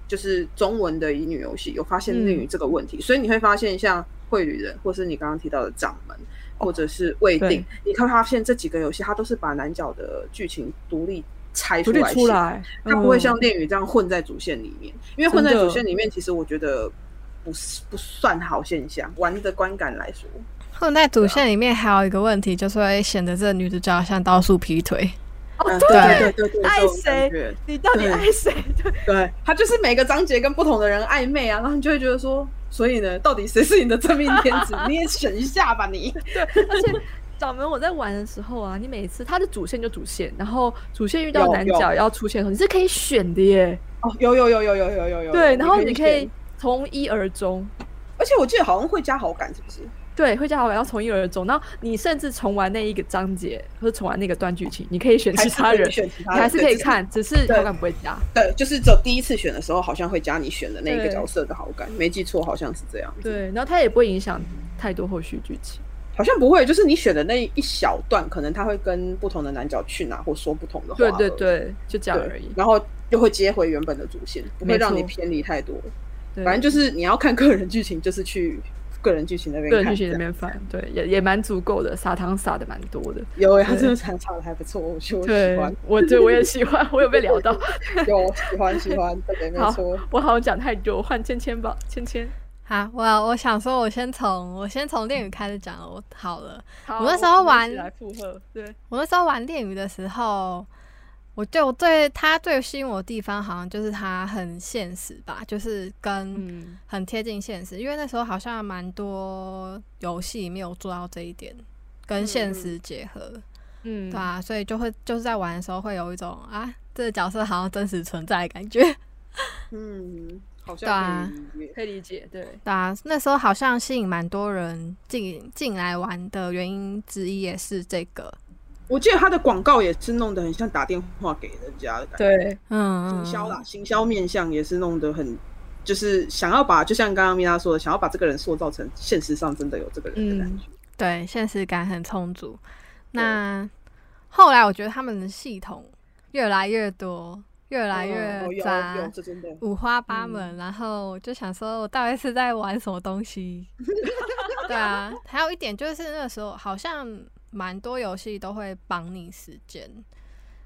Speaker 2: 就是中文的乙女游戏有发现
Speaker 3: 嗯
Speaker 2: 恋语这个问题，所以你会发现像绘旅人，或是你刚刚提到的掌门，或者是未定，
Speaker 3: 哦对
Speaker 2: 你会发现这几个游戏它都是把男角的剧情独立拆
Speaker 3: 独立
Speaker 2: 来写
Speaker 3: 出来，
Speaker 2: 它不会
Speaker 3: 嗯
Speaker 2: 像恋语这样混在主线里面，因为混在
Speaker 3: 真的
Speaker 2: 主线里面，其实我觉得不是不算好现象，玩的观感来说。
Speaker 1: 混在主线里面还有一个问题，就是会显得这个女主角像到处劈腿。
Speaker 3: 哦，
Speaker 2: 嗯
Speaker 3: 对，
Speaker 2: 对对对，
Speaker 3: 爱
Speaker 2: 这种感
Speaker 3: 谁
Speaker 2: 觉
Speaker 3: 你到底
Speaker 2: 对
Speaker 3: 爱谁？对，
Speaker 2: 对他就是每个章节跟不同的人暧昧啊，然后你就会觉得说，所以呢，到底谁是你的真命天 子？你也选一下吧，你。
Speaker 3: 而且掌门我在玩的时候啊，你每次他的主线就主线，然后主线遇到
Speaker 2: 有
Speaker 3: 男
Speaker 2: 有
Speaker 3: 角要出现的时候，你是可以选的耶。
Speaker 2: 哦，有有有有有有有有。
Speaker 3: 对，然后你可以
Speaker 2: 选，
Speaker 3: 从一而终，
Speaker 2: 而且我记得好像会加好感，是不是？
Speaker 3: 对，会加好感，要从一而终。然后你甚至重玩那一个章节，或者重玩那个段剧情，你可以选其他人
Speaker 2: 还是可以，选其他
Speaker 3: 你
Speaker 2: 人，
Speaker 3: 还是可以
Speaker 2: 对。
Speaker 3: 看，只是
Speaker 2: 对
Speaker 3: 好感不会加。
Speaker 2: 就是对，就是只有第一次选的时候，好像会加你选的那一个
Speaker 3: 对
Speaker 2: 角色的好感，没记错，好像是这样。，
Speaker 3: 对，然后它也不会影响太多后续剧情。
Speaker 2: 好像不会，就是你选的那一小段，可能他会跟不同的男角去哪，或说不同的话。
Speaker 3: 对对。对，就这样而已
Speaker 2: 对，。然后又会接回原本的主线，不
Speaker 3: 没
Speaker 2: 会
Speaker 3: 错
Speaker 2: 让你偏离太多。
Speaker 3: 对
Speaker 2: 反正就是你要看个人剧情，就是去个人剧情那边
Speaker 3: 个
Speaker 2: 看。
Speaker 3: 人剧情里面翻，对，也也蛮足够的，撒糖撒的蛮多的。
Speaker 2: 这样有欸，他
Speaker 3: 对
Speaker 2: 真的查查的还不错，我觉得我喜
Speaker 3: 对
Speaker 2: 欢，，
Speaker 3: 我对我也喜欢，我有被聊 到。
Speaker 2: 有喜欢喜欢，对，没
Speaker 3: 好
Speaker 2: 错。
Speaker 3: 我好像讲太多，换芊芊吧，芊芊。
Speaker 1: 好，我我想说我，先从我先从恋语开始讲了，我好了。
Speaker 3: 好
Speaker 1: 我那时候
Speaker 3: 们一
Speaker 1: 玩
Speaker 3: 起来附和，对，
Speaker 1: 我那时候玩恋语的时候，我就对它最吸引我的地方，好像就是它很现实吧，就是跟
Speaker 3: 嗯，
Speaker 1: 很贴近现实。因为那时候好像蛮多游戏没有做到这一点，跟现实结合，
Speaker 3: 嗯
Speaker 1: 对啊，所以就会就是在玩的时候会有一种啊，这个角色好像真实存在的感觉。
Speaker 2: 嗯，好
Speaker 1: 对啊
Speaker 2: 像可以理解
Speaker 3: 可以理解，对，
Speaker 1: 对啊，那时候好像吸引蛮多人进进来玩的原因之一也是这个，
Speaker 2: 我记得他的广告也是弄得很像打电话给人家的感觉，
Speaker 3: 对，
Speaker 1: 嗯，
Speaker 2: 行销啦，行销面向也是弄得很。就是想要把，就像刚刚米拉说的，想要把这个人塑造成现实上真的有这个人的感觉。
Speaker 1: 对，现实感很充足。那后来我觉得他们的系统越来越多，越来
Speaker 2: 嗯
Speaker 1: 越哦
Speaker 2: 有
Speaker 1: 杂，
Speaker 2: 有，这嗯真的
Speaker 1: 五花八门。然后我就想说，我到底是在玩什么东 西？对啊，还有一点就是那个时候好像蛮多游戏都会绑你时间，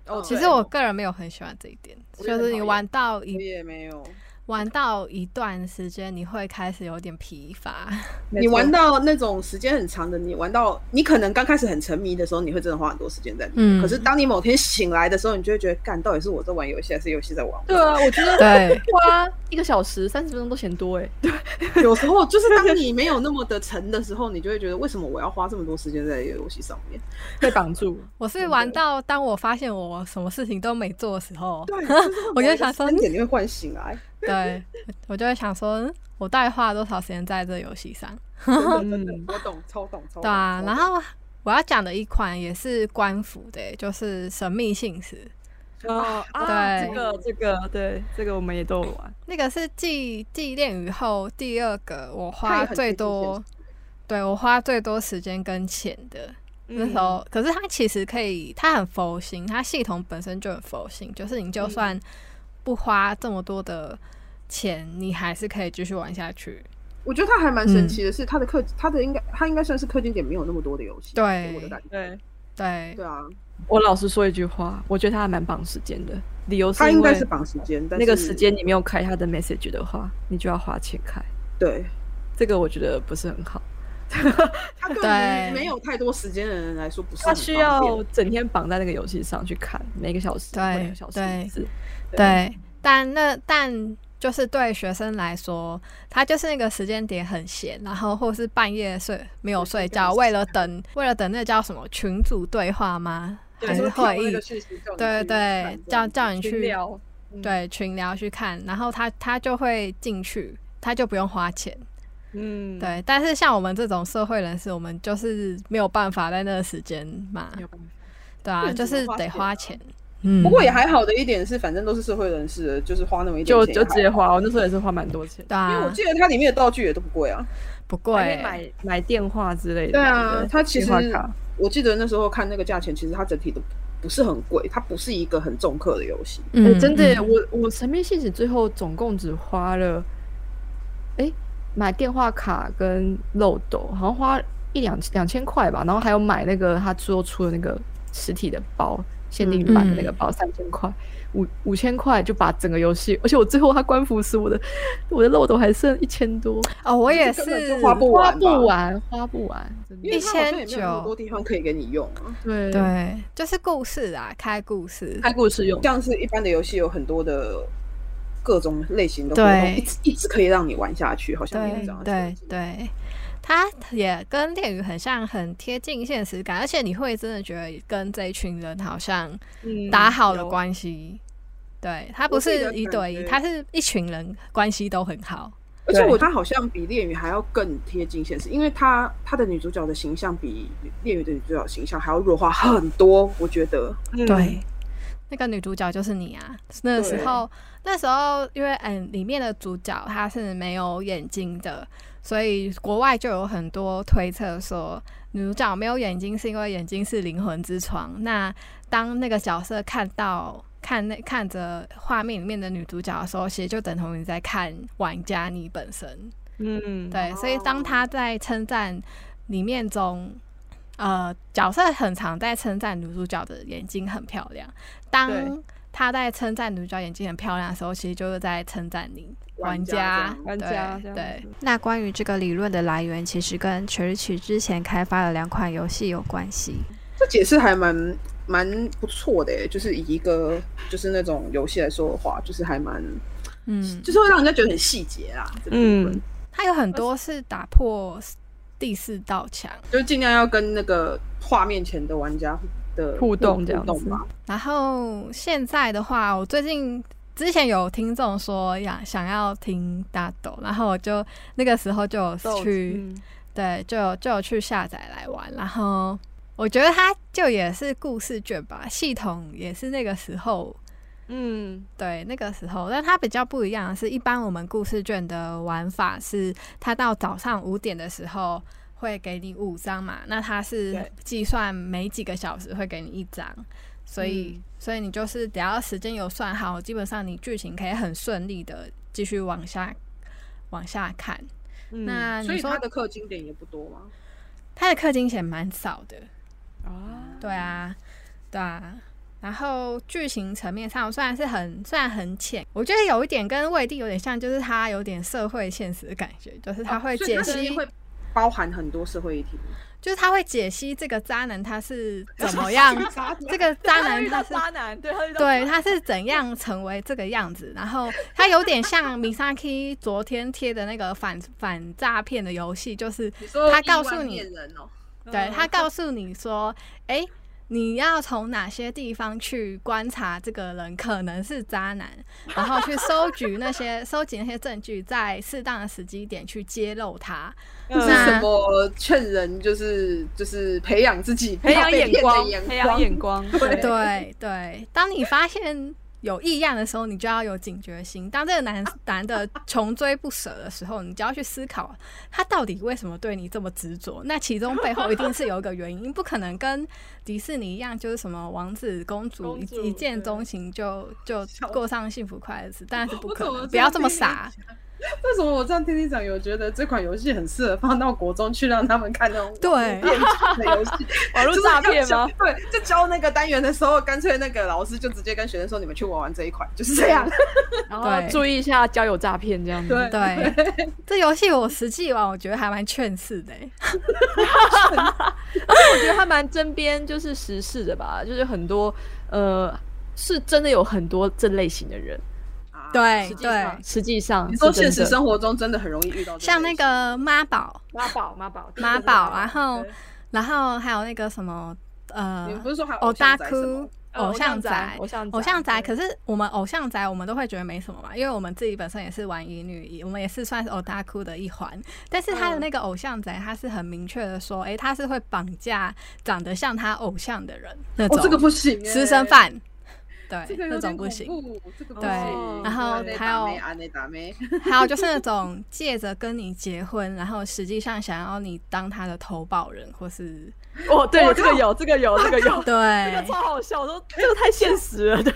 Speaker 2: 哦，
Speaker 1: 其实
Speaker 2: 对
Speaker 1: 我个人没有很喜欢这一点，
Speaker 2: 我
Speaker 1: 就
Speaker 2: 也很
Speaker 1: 是你
Speaker 2: 讨厌
Speaker 1: 玩到
Speaker 2: 我
Speaker 1: 一
Speaker 2: 也没有。
Speaker 1: 玩到一段时间，你会开始有点疲乏。
Speaker 3: 没
Speaker 2: 你
Speaker 3: 错
Speaker 2: 玩到那种时间很长的，你玩到你可能刚开始很沉迷的时候，你会真的花很多时间在里面。
Speaker 1: 嗯
Speaker 2: 可是当你某天醒来的时候，你就会觉得，干，到底是我在玩游戏，还是游戏 在玩
Speaker 3: 对啊，我觉得
Speaker 1: 对，
Speaker 3: 花一个小时三十分钟都嫌多哎。
Speaker 2: 我？有时候就是当你没有那么的沉的时候，你就会觉得，为什么我要花这么多时间在游戏上 面？
Speaker 3: 被绑住。
Speaker 1: 我是玩到当我发现我什么事情都没做的时候，
Speaker 2: 对，就是会
Speaker 1: 我就
Speaker 2: 某一个
Speaker 1: 想说
Speaker 2: 时间点你会唤醒 来，
Speaker 1: 对我我就会想说，嗯我到底花了多少时间在这游戏上？
Speaker 2: 真的真的我懂，超懂，超懂。
Speaker 1: 对啊，
Speaker 2: 超懂
Speaker 1: 然后我要讲的一款也是官服的，就是《神秘信使》，
Speaker 3: 哦啊，
Speaker 1: 对
Speaker 3: 这个这个对，这个我们也都有玩。
Speaker 1: 那个是继继恋与后第二个我
Speaker 2: 它
Speaker 1: 花
Speaker 2: 也很
Speaker 1: 最
Speaker 2: 接近
Speaker 1: 多
Speaker 2: 现，
Speaker 1: 对我花最多时间跟钱的。那
Speaker 3: 嗯
Speaker 1: 时候，可是它其实可以，它很佛心，它系统本身就很佛心，就是你就算不花这么多的钱，你还是可以继续玩下去。
Speaker 2: 我觉得它还蛮神
Speaker 1: 嗯
Speaker 2: 奇的是，它的氪，它的应该，它应该算是氪金点没有那么多的游戏，
Speaker 1: 对
Speaker 2: 给我的感觉。
Speaker 3: 对
Speaker 1: 对，
Speaker 2: 对啊，
Speaker 3: 我老实说一句话，我觉得他还蛮绑时间的，理由
Speaker 2: 它
Speaker 3: 因
Speaker 2: 应该
Speaker 3: 为
Speaker 2: 是绑时间，但
Speaker 3: 那个
Speaker 2: 是
Speaker 3: 时间你没有开他的 message 的话，你就要花钱开，
Speaker 2: 对。
Speaker 3: 这个我觉得不是很好。
Speaker 2: 他对
Speaker 1: 对
Speaker 2: 于没有太多时间的人来说，不是
Speaker 3: 他
Speaker 2: 很
Speaker 3: 需
Speaker 2: 方便
Speaker 3: 要整天绑在那个游戏上去看，每个小时
Speaker 1: 对
Speaker 3: 或两个小时
Speaker 1: 对
Speaker 3: 一次。
Speaker 1: 对，但那但就是对学生来说，他就是那个时间点很闲，然后或是半夜睡没有睡觉，为了等为了等那叫什么群组对话吗？还
Speaker 2: 就是是跳
Speaker 1: 会
Speaker 2: 那个
Speaker 1: 议？
Speaker 2: 讯息
Speaker 1: 对对，叫叫你
Speaker 3: 群
Speaker 1: 去
Speaker 3: 聊嗯
Speaker 1: 对群聊去看，然后他他就会进去，他就不用花钱。
Speaker 3: 嗯，
Speaker 1: 对，但是像我们这种社会人士，我们就是没有办法在那个时间嘛，
Speaker 3: 没有办法。
Speaker 1: 对啊，
Speaker 2: 不然
Speaker 1: 就
Speaker 2: 怎么
Speaker 1: 是
Speaker 2: 花
Speaker 1: 得
Speaker 2: 钱
Speaker 1: 花
Speaker 2: 啊
Speaker 1: 钱。嗯，
Speaker 2: 不过也还好的一点是，反正都是社会人士了，就是花那么一点
Speaker 3: 就
Speaker 2: 钱
Speaker 3: 就直接
Speaker 2: 也还好，
Speaker 3: 花，我那时候也是花蛮多钱，
Speaker 1: 对
Speaker 2: 因为我
Speaker 1: 啊，
Speaker 2: 记得它里面的道具也都不贵啊。
Speaker 1: 不
Speaker 3: 还可以
Speaker 1: 贵，
Speaker 3: 买买电话之类的。
Speaker 2: 对啊，它其实
Speaker 3: 电话卡
Speaker 2: 我记得那时候看那个价钱，其实它整体都不是很贵，它不是一个很重氪的游戏。
Speaker 3: 哎、
Speaker 1: 嗯，
Speaker 3: 真的耶，
Speaker 1: 嗯
Speaker 3: 我我神秘信使最后总共只花了，哎、买电话卡跟漏斗，好像花一两两千块吧，然后还有买那个他最后出的那个实体的包，限定版的那个包三千块，五五千块就把整个游戏，而且我最后他官服使我的我的漏斗还剩一千多，
Speaker 1: 哦，我也
Speaker 2: 这
Speaker 1: 是
Speaker 2: 根本就花不
Speaker 3: 花
Speaker 2: 完吧，
Speaker 3: 不完，花不完，真
Speaker 2: 因
Speaker 3: 的
Speaker 2: 为它好像也没有那么
Speaker 1: 1900
Speaker 2: 多地方可以给你用啊。
Speaker 3: 对，
Speaker 1: 对，就是故事啊，开故事。
Speaker 3: 开故事用，
Speaker 2: 像是一般的游戏有很多的各种类型的活动，
Speaker 1: 对
Speaker 2: 一直一直可以让你玩下去，好像也有
Speaker 1: 对
Speaker 2: 这样的设
Speaker 1: 对
Speaker 2: 计
Speaker 1: 对，它也跟恋与很像，很贴近现实感，而且你会真的觉得跟这一群人好像
Speaker 3: 嗯
Speaker 1: 打好了
Speaker 3: 有
Speaker 1: 关系。对，它不
Speaker 2: 我自己
Speaker 1: 是
Speaker 2: 的
Speaker 1: 一
Speaker 2: 感
Speaker 1: 对一，
Speaker 2: 觉
Speaker 1: 它是一群人关系都很好。
Speaker 2: 而且
Speaker 3: 对
Speaker 2: 我觉得它好像比恋与还要更贴近现实，因为它它的女主角的形象比恋与的女主角形象还要弱化很多。我觉得，
Speaker 1: 对，嗯那个女主角就是你啊。那时
Speaker 2: 对
Speaker 1: 候，那时候因为嗯，里面的主角她是没有眼睛的，所以国外就有很多推测说，女主角没有眼睛是因为眼睛是灵魂之窗。那当那个角色看到。看那看着画面里面的女主角的时候，其实就等同于在看玩家你本身。
Speaker 3: 嗯，
Speaker 1: 对，所以当
Speaker 2: 哦
Speaker 1: 他在称赞里面中，呃，角色很常在称赞女主角的眼睛很漂亮。当
Speaker 3: 对
Speaker 1: 他在称赞女主角眼睛很漂亮的时候，其实就是在称赞你
Speaker 2: 玩
Speaker 1: 家
Speaker 2: 家。
Speaker 3: 玩家这
Speaker 1: 对
Speaker 3: 样
Speaker 1: 对
Speaker 3: 子，
Speaker 4: 那关于这个理论的来源，其实跟 Church 之前开发的两款游戏有关系。
Speaker 2: 这解释还蛮蛮不错的耶，欸就是以一个就是那种游戏来说的话，就是还蛮
Speaker 1: 嗯，
Speaker 2: 就是会让人家觉得很细节啦。这个部分
Speaker 3: 嗯，
Speaker 1: 他有很多是打破第四道墙，
Speaker 2: 就是尽量要跟那个画面前的玩家的
Speaker 3: 互动这样
Speaker 2: 互动
Speaker 3: 子
Speaker 2: 吧。
Speaker 1: 然后现在的话，我最近之前有听众说呀想要听大豆，然后我就那个时候就有
Speaker 3: 豆
Speaker 1: 去。
Speaker 3: 嗯
Speaker 1: 对，就有就有去下载来玩，然后我觉得它就也是故事卷吧，系统也是那个时候。
Speaker 3: 嗯，
Speaker 1: 对，那个时候，但它比较不一样的是，一般我们故事卷的玩法是，它到早上五点的时候会给你五张嘛，那它是
Speaker 3: 对
Speaker 1: 计算每几个小时会给你一张，所以、
Speaker 3: 嗯
Speaker 1: 所以你就是只要时间有算好，基本上你剧情可以很顺利的继续往下往下看。
Speaker 3: 嗯
Speaker 1: 那
Speaker 2: 所
Speaker 1: 你
Speaker 2: 以
Speaker 1: 说
Speaker 2: 它的氪金点也不多嘛。
Speaker 1: 它的氪金钱蛮少的，
Speaker 2: 哦
Speaker 3: 啊，
Speaker 1: 对啊，对啊，然后剧情层面上虽然是很虽然很浅，我觉得有一点跟魏定有点像，就是它有点社会现实的感觉，就是它会
Speaker 2: 哦所以
Speaker 1: 解
Speaker 2: 它其
Speaker 1: 析，
Speaker 2: 实会包含很多社会议题。
Speaker 1: 就是它会解析这个渣男他是怎么 样
Speaker 2: 这个渣男，
Speaker 1: 这个渣男
Speaker 3: 遇
Speaker 1: 他
Speaker 3: 到
Speaker 1: 是
Speaker 3: 渣男，对，他遇到
Speaker 1: 对，他是怎样成为这个样子？然后他有点像 Misaki 昨天贴的那个反反诈骗的游戏，就是
Speaker 2: 你说
Speaker 1: 他告诉
Speaker 2: 亿万
Speaker 1: 你
Speaker 2: 面人哦，
Speaker 1: 对他告诉你说，哎、你要从哪些地方去观察这个人可能是渣男，然后去收集那些收集那些证据，在适当的时机点去揭露他。
Speaker 3: 嗯
Speaker 2: 是
Speaker 1: 那
Speaker 2: 啊什么劝人就是就是培养自己
Speaker 3: 培养
Speaker 2: 不要被
Speaker 3: 眼
Speaker 2: 骗的
Speaker 3: 光，
Speaker 2: 眼
Speaker 3: 培养眼光，对
Speaker 1: 对对，当你发现有异样的时候，你就要有警觉心。当这个男
Speaker 2: 啊
Speaker 1: 男的穷追不舍的时候，你就要去思考他到底为什么对你这么执着。那其中背后一定是有一个原因，不 可能跟迪士尼一样，就是什么王子公主
Speaker 3: 公
Speaker 1: 一
Speaker 3: 主
Speaker 1: 一见
Speaker 3: 对
Speaker 1: 钟情就就
Speaker 2: 笑
Speaker 1: 过上幸福快乐的日子，当然是不
Speaker 2: 我
Speaker 1: 可
Speaker 2: 怎么
Speaker 1: 能。不
Speaker 2: 这
Speaker 1: 要
Speaker 2: 样
Speaker 1: 这么
Speaker 2: 听你
Speaker 1: 傻。
Speaker 2: 为什么我这样听你讲，有觉得这款游戏很适合放到国中去让他们看那种
Speaker 1: 对啊
Speaker 2: 电子的游戏？
Speaker 3: 网络诈骗吗？？
Speaker 2: 对，就教那个单元的时候，干脆那个老师就直接跟学生说：“你们去玩玩这一款，就是这
Speaker 1: 嗯
Speaker 2: 样。
Speaker 3: 然
Speaker 1: 对
Speaker 3: 后注意一下交友诈骗这样”子。
Speaker 2: 对，
Speaker 1: 对， 这游戏我实际玩，我觉得还蛮劝世的欸、
Speaker 3: 我觉得他蛮针砭就是时事的吧， 就是很多呃，是真的有很多这类型的人。
Speaker 2: 啊，
Speaker 1: 对
Speaker 3: 实际
Speaker 1: 对，
Speaker 3: 上，实际上
Speaker 2: 你
Speaker 3: 是
Speaker 2: 说
Speaker 3: 真
Speaker 2: 现实
Speaker 3: 的
Speaker 2: 生活中真的很容易遇到这种
Speaker 1: 像那个妈宝，
Speaker 3: 妈宝妈宝
Speaker 1: 妈宝，然后
Speaker 3: 对
Speaker 1: 然后还有那个什么
Speaker 2: 东西，你
Speaker 1: 呃
Speaker 2: 不，是说还有
Speaker 1: 偶大
Speaker 2: 像宅什么
Speaker 1: 哭、偶像宅
Speaker 3: 哦
Speaker 2: 哦
Speaker 3: 偶、像
Speaker 1: 偶像宅。
Speaker 3: 对
Speaker 1: 可是我们偶像宅，我们都会觉得没什么嘛，因为我们自己本身也是玩乙女，我们也是算是偶大哭的一环。但是他的
Speaker 3: 嗯
Speaker 1: 那个偶像宅，他是很明确的说，诶，他是会绑架长得像他偶像的人那种，
Speaker 2: 哦，这个不行，
Speaker 1: 私生，饭，
Speaker 2: 这
Speaker 1: 对，那
Speaker 2: 个
Speaker 1: 种
Speaker 2: 有点
Speaker 1: 不行。
Speaker 2: 恐怖，这个不
Speaker 1: 对
Speaker 2: 行。
Speaker 1: 然后还有
Speaker 2: 阿内达妹，
Speaker 1: 还有就是那种借着跟你结婚，然后实际上想要你当他的投保人，或是
Speaker 3: 哦，对，
Speaker 2: 我
Speaker 3: 这个有，这个有，这个
Speaker 2: 哦
Speaker 3: 有，这
Speaker 1: 对
Speaker 3: 个超，好笑，我说这个太现实了，对，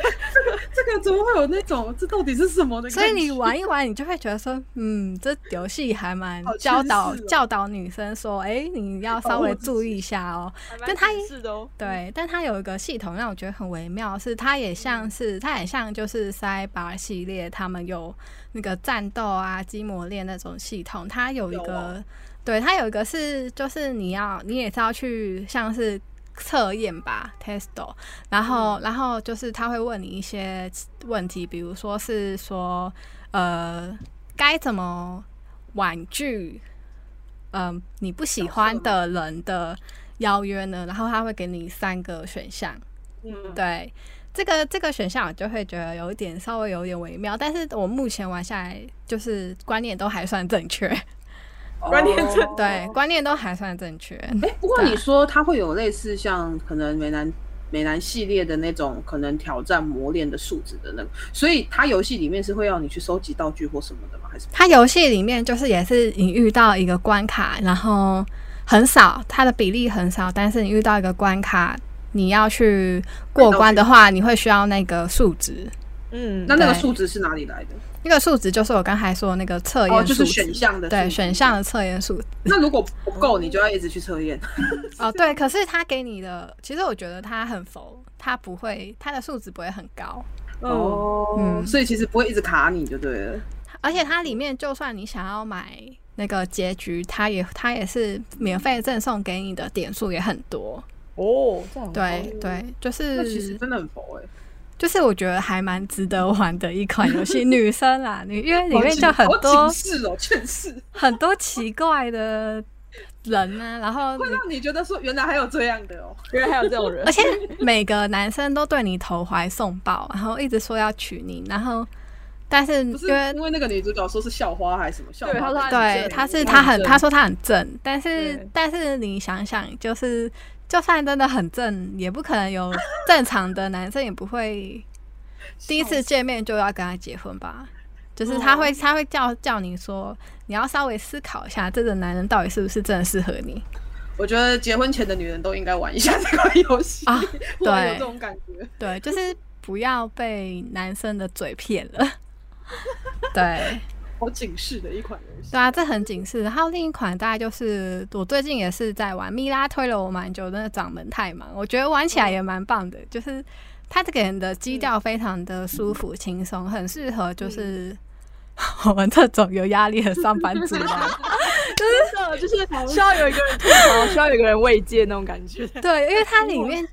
Speaker 2: 这个怎么会有那种？这到底是什 么的感
Speaker 1: 所
Speaker 2: 觉？
Speaker 1: 以你玩一玩，你就会觉得说，嗯，这游戏还蛮
Speaker 2: 好
Speaker 1: 教
Speaker 2: 真
Speaker 1: 导
Speaker 2: 实哦
Speaker 1: 教导女生说，哎、你要
Speaker 2: 保
Speaker 1: 稍
Speaker 2: 护
Speaker 1: 微
Speaker 2: 自
Speaker 1: 注意一下哦。但他
Speaker 3: 他是的哦，
Speaker 1: 对，但它有一个系统让我觉得很微妙，是它也像是它也像就是塞巴系列，他们有那个战斗啊、筋膜链那种系统，它有一
Speaker 2: 有
Speaker 1: 个，
Speaker 2: 哦
Speaker 1: 对，它有一个是就是你要你也是要去像是测验吧，testo，然后、
Speaker 2: 嗯
Speaker 1: 然后就是他会问你一些问题，比如说是说呃该怎么婉拒，嗯、你不喜
Speaker 2: 角色
Speaker 1: 欢
Speaker 2: 吗
Speaker 1: 的人的邀约呢？然后他会给你三个选项，
Speaker 2: 嗯，
Speaker 1: 对。这个这个选项我就会觉得有一点稍微有一点微妙，但是我目前玩下来就是观念都还算正确，
Speaker 2: 哦关键这
Speaker 1: 对，观念都还算正确。
Speaker 2: 哎、不过
Speaker 1: 对
Speaker 2: 你说它会有类似像可能美男美男系列的那种可能挑战磨练的数值的那个，所以它游戏里面是会要你去收集道具或什么的吗？还是
Speaker 1: 它游戏里面就是也是你遇到一个关卡，然后很少，它的比例很少，但是你遇到一个关卡，你要去过关的话，你会需要那个数值。
Speaker 3: 嗯
Speaker 2: 那那个
Speaker 1: 对
Speaker 2: 数值是哪里来的？
Speaker 1: 那个数值就是我刚才说的那个测验
Speaker 2: 哦，
Speaker 1: 数值、
Speaker 2: 就是选项的数
Speaker 1: 对
Speaker 2: 值
Speaker 1: 选项。的测验数值
Speaker 2: 那如果不够，你就要一直去测验。啊
Speaker 1: 哦，对。可是它给你的，其实我觉得它很浮，它不会，它的数值不会很高。
Speaker 3: 哦，
Speaker 1: 嗯
Speaker 2: 所以其实不会一直卡你就对了。
Speaker 1: 而且它里面，就算你想要买那个结局，它也它也是免费赠送给你的点数也很多。
Speaker 3: 哦，这样
Speaker 1: 对对，就
Speaker 2: 那其实
Speaker 1: 是
Speaker 2: 真的很佛哎、
Speaker 1: 就是我觉得还蛮值得玩的一款游 戏，女生啦，你因为里
Speaker 2: 好
Speaker 1: 面
Speaker 2: 警
Speaker 1: 就很
Speaker 2: 好
Speaker 1: 多
Speaker 2: 警示哦，劝世
Speaker 1: 很多奇怪的人啊，然后
Speaker 2: 会
Speaker 1: 你
Speaker 2: 让你觉得说原来还有这样的哦。
Speaker 3: 原来还有 这种人
Speaker 1: 而，且每个男生都对你投怀送抱，然后一直说要娶你，然后但是
Speaker 2: 不是
Speaker 1: 因为
Speaker 2: 因为那个女主角说是校花还是什么校花？
Speaker 3: 对她说她很
Speaker 1: 对他是他很
Speaker 3: 正很正
Speaker 1: 他说他很正，但是
Speaker 3: 对
Speaker 1: 但是你想想，就是就算真的很正，也不可能有正常的男生也不会第一次见面就要跟他结婚吧。就是他
Speaker 2: 哦
Speaker 1: 会，他会叫叫你说，你要稍微思考一下，这个男人到底是不是真的适合你。
Speaker 2: 我觉得结婚前的女人都应该玩一下这款游戏
Speaker 1: 啊
Speaker 2: 我有
Speaker 1: 对
Speaker 2: 这种感觉。
Speaker 1: 对，就是不要被男生的嘴骗了。 对，
Speaker 2: 好警示的一款游戏
Speaker 1: 对。啊，这很警示。然后另一款大概就是我最近也
Speaker 2: 嗯
Speaker 1: 是在玩，蜜拉推了我蛮久的那个掌门太忙，我觉得玩起来也蛮棒的，就是他这个人的基调非常的舒服轻松，很适合
Speaker 2: 嗯
Speaker 1: 就是 我们这种有压力的上班族啊。
Speaker 3: 啊就是需要有一个人吐槽，需要有一个人慰藉那种感觉。
Speaker 1: 对，因为它里面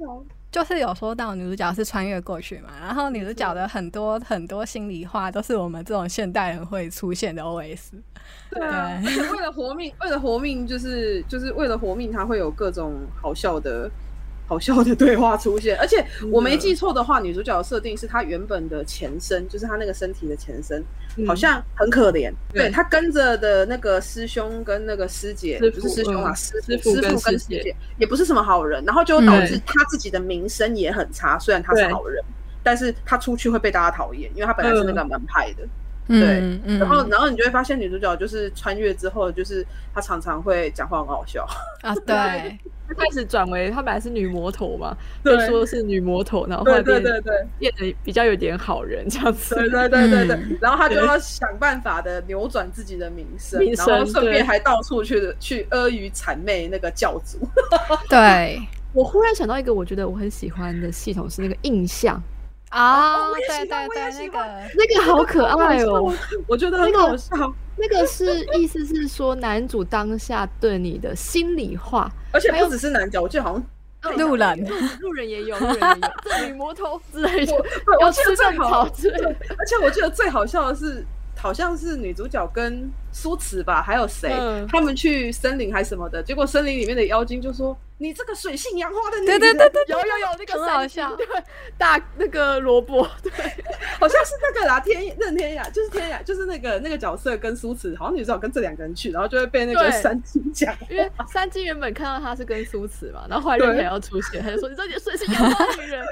Speaker 1: 就是有说到女主角是穿越过去嘛，然后女主角的很多很多心里话都是我们这种现代人会出现的 OS。
Speaker 2: 对啊，
Speaker 1: 对
Speaker 2: 而且为了活命， 为了活命，就是就是为了活命，他会有各种好笑的、好笑的对话出现。而且我没记错的话，女主角的设定是她原本的前身，就是她那个身体的前身，好像很可怜。
Speaker 3: 对
Speaker 2: 嗯对她跟着的那个师兄跟那个师姐，
Speaker 3: 师
Speaker 2: 不
Speaker 3: 父
Speaker 2: 是师兄啊，
Speaker 3: 嗯
Speaker 2: 师
Speaker 3: 师
Speaker 2: 傅
Speaker 3: 父
Speaker 2: 跟
Speaker 3: 跟
Speaker 2: 师
Speaker 3: 师姐
Speaker 2: 姐也不是什么好人，然后就导致
Speaker 3: 嗯
Speaker 2: 她自己的名声也很差。虽然她是
Speaker 3: 对
Speaker 2: 好人，但是她出去会被大家讨厌，因为她本来是那个门派的。对
Speaker 1: 嗯，嗯
Speaker 2: 然后，然后你就会发现女主角就是穿越之后，就是她常常会讲话很好笑。
Speaker 1: 啊，对，
Speaker 3: 她开始转为她本来是女魔头嘛，
Speaker 2: 对
Speaker 3: 被说是女魔头，然后后来变
Speaker 2: 对
Speaker 3: 变得比较有点好人这样子。
Speaker 2: 对对对对对
Speaker 1: 嗯。
Speaker 2: 然后她就要想办法的扭转自己的名声
Speaker 3: 名，
Speaker 2: 然
Speaker 3: 声
Speaker 2: 后顺
Speaker 3: 对
Speaker 2: 便还到处去去阿谀谄媚那个教主。
Speaker 1: 对，
Speaker 3: 我忽然想到一个我觉得我很喜欢的系统是那个印象，
Speaker 1: 哦，
Speaker 2: 我也
Speaker 1: 对
Speaker 2: 喜
Speaker 1: 对
Speaker 2: 欢我也喜
Speaker 1: 对，那个
Speaker 3: 那个好可爱哦。，
Speaker 2: 我觉得很
Speaker 3: 那个
Speaker 2: 好笑。
Speaker 3: 那个是意思是说男主当下对你的心里 话，
Speaker 2: 而且
Speaker 3: 还
Speaker 2: 不
Speaker 3: 有
Speaker 2: 只是男角，我记得好像
Speaker 1: 路人
Speaker 3: 路路人也有，路人也有，这女魔头 之类的
Speaker 2: 我，对我
Speaker 3: 要
Speaker 2: 记得
Speaker 3: 吃
Speaker 2: 最
Speaker 3: 正
Speaker 2: 好
Speaker 3: 草，之类的。
Speaker 2: 而且我记得最好笑的是，好像是女主角跟苏慈吧，还有谁，
Speaker 3: 嗯
Speaker 2: 他们去森林还什么的，结果森林里面的妖精就说：“你这个水性杨花的女
Speaker 1: 对
Speaker 2: 人，
Speaker 1: 对对对，
Speaker 3: 有有有，那个
Speaker 1: 很好
Speaker 3: 三星
Speaker 1: 笑
Speaker 3: 对大那个萝卜，对，
Speaker 2: 好像是那个啦，天任天雅，就是天雅，就是那个那个角色跟苏慈，好像女主角跟这两个人去，然后就会被那个
Speaker 3: 对
Speaker 2: 三金讲。”
Speaker 3: 因为三金原本看到他是跟苏慈嘛，然后后来任
Speaker 2: 对
Speaker 3: 天要出现，他就说你这点水性杨花女 人，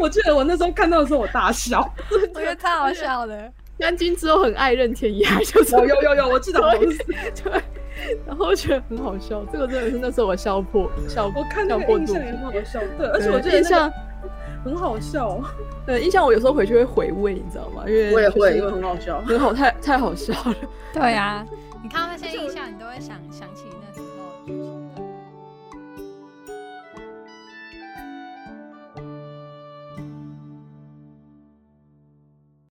Speaker 2: 我记得我那时候看到的时候，我大笑。
Speaker 1: 我觉得超好笑的。
Speaker 3: 三金之后很爱任天 涯，就是
Speaker 2: 有有有有，我记得我
Speaker 3: 对对，然后觉得很好笑，这个真的是那时候我笑破笑
Speaker 2: 我看那
Speaker 3: 笑
Speaker 2: 个
Speaker 3: 破
Speaker 2: 印
Speaker 3: 肚
Speaker 2: 象也
Speaker 3: 皮
Speaker 2: 很。好笑，对，而且我觉得
Speaker 3: 印象，
Speaker 2: 很好笑，
Speaker 3: 呃，印象我有时候回去会回味，你知道吗？因为就是
Speaker 2: 好笑。
Speaker 3: 很好，太太好笑了。
Speaker 1: 对啊，你看到那些印象，你都会想想起那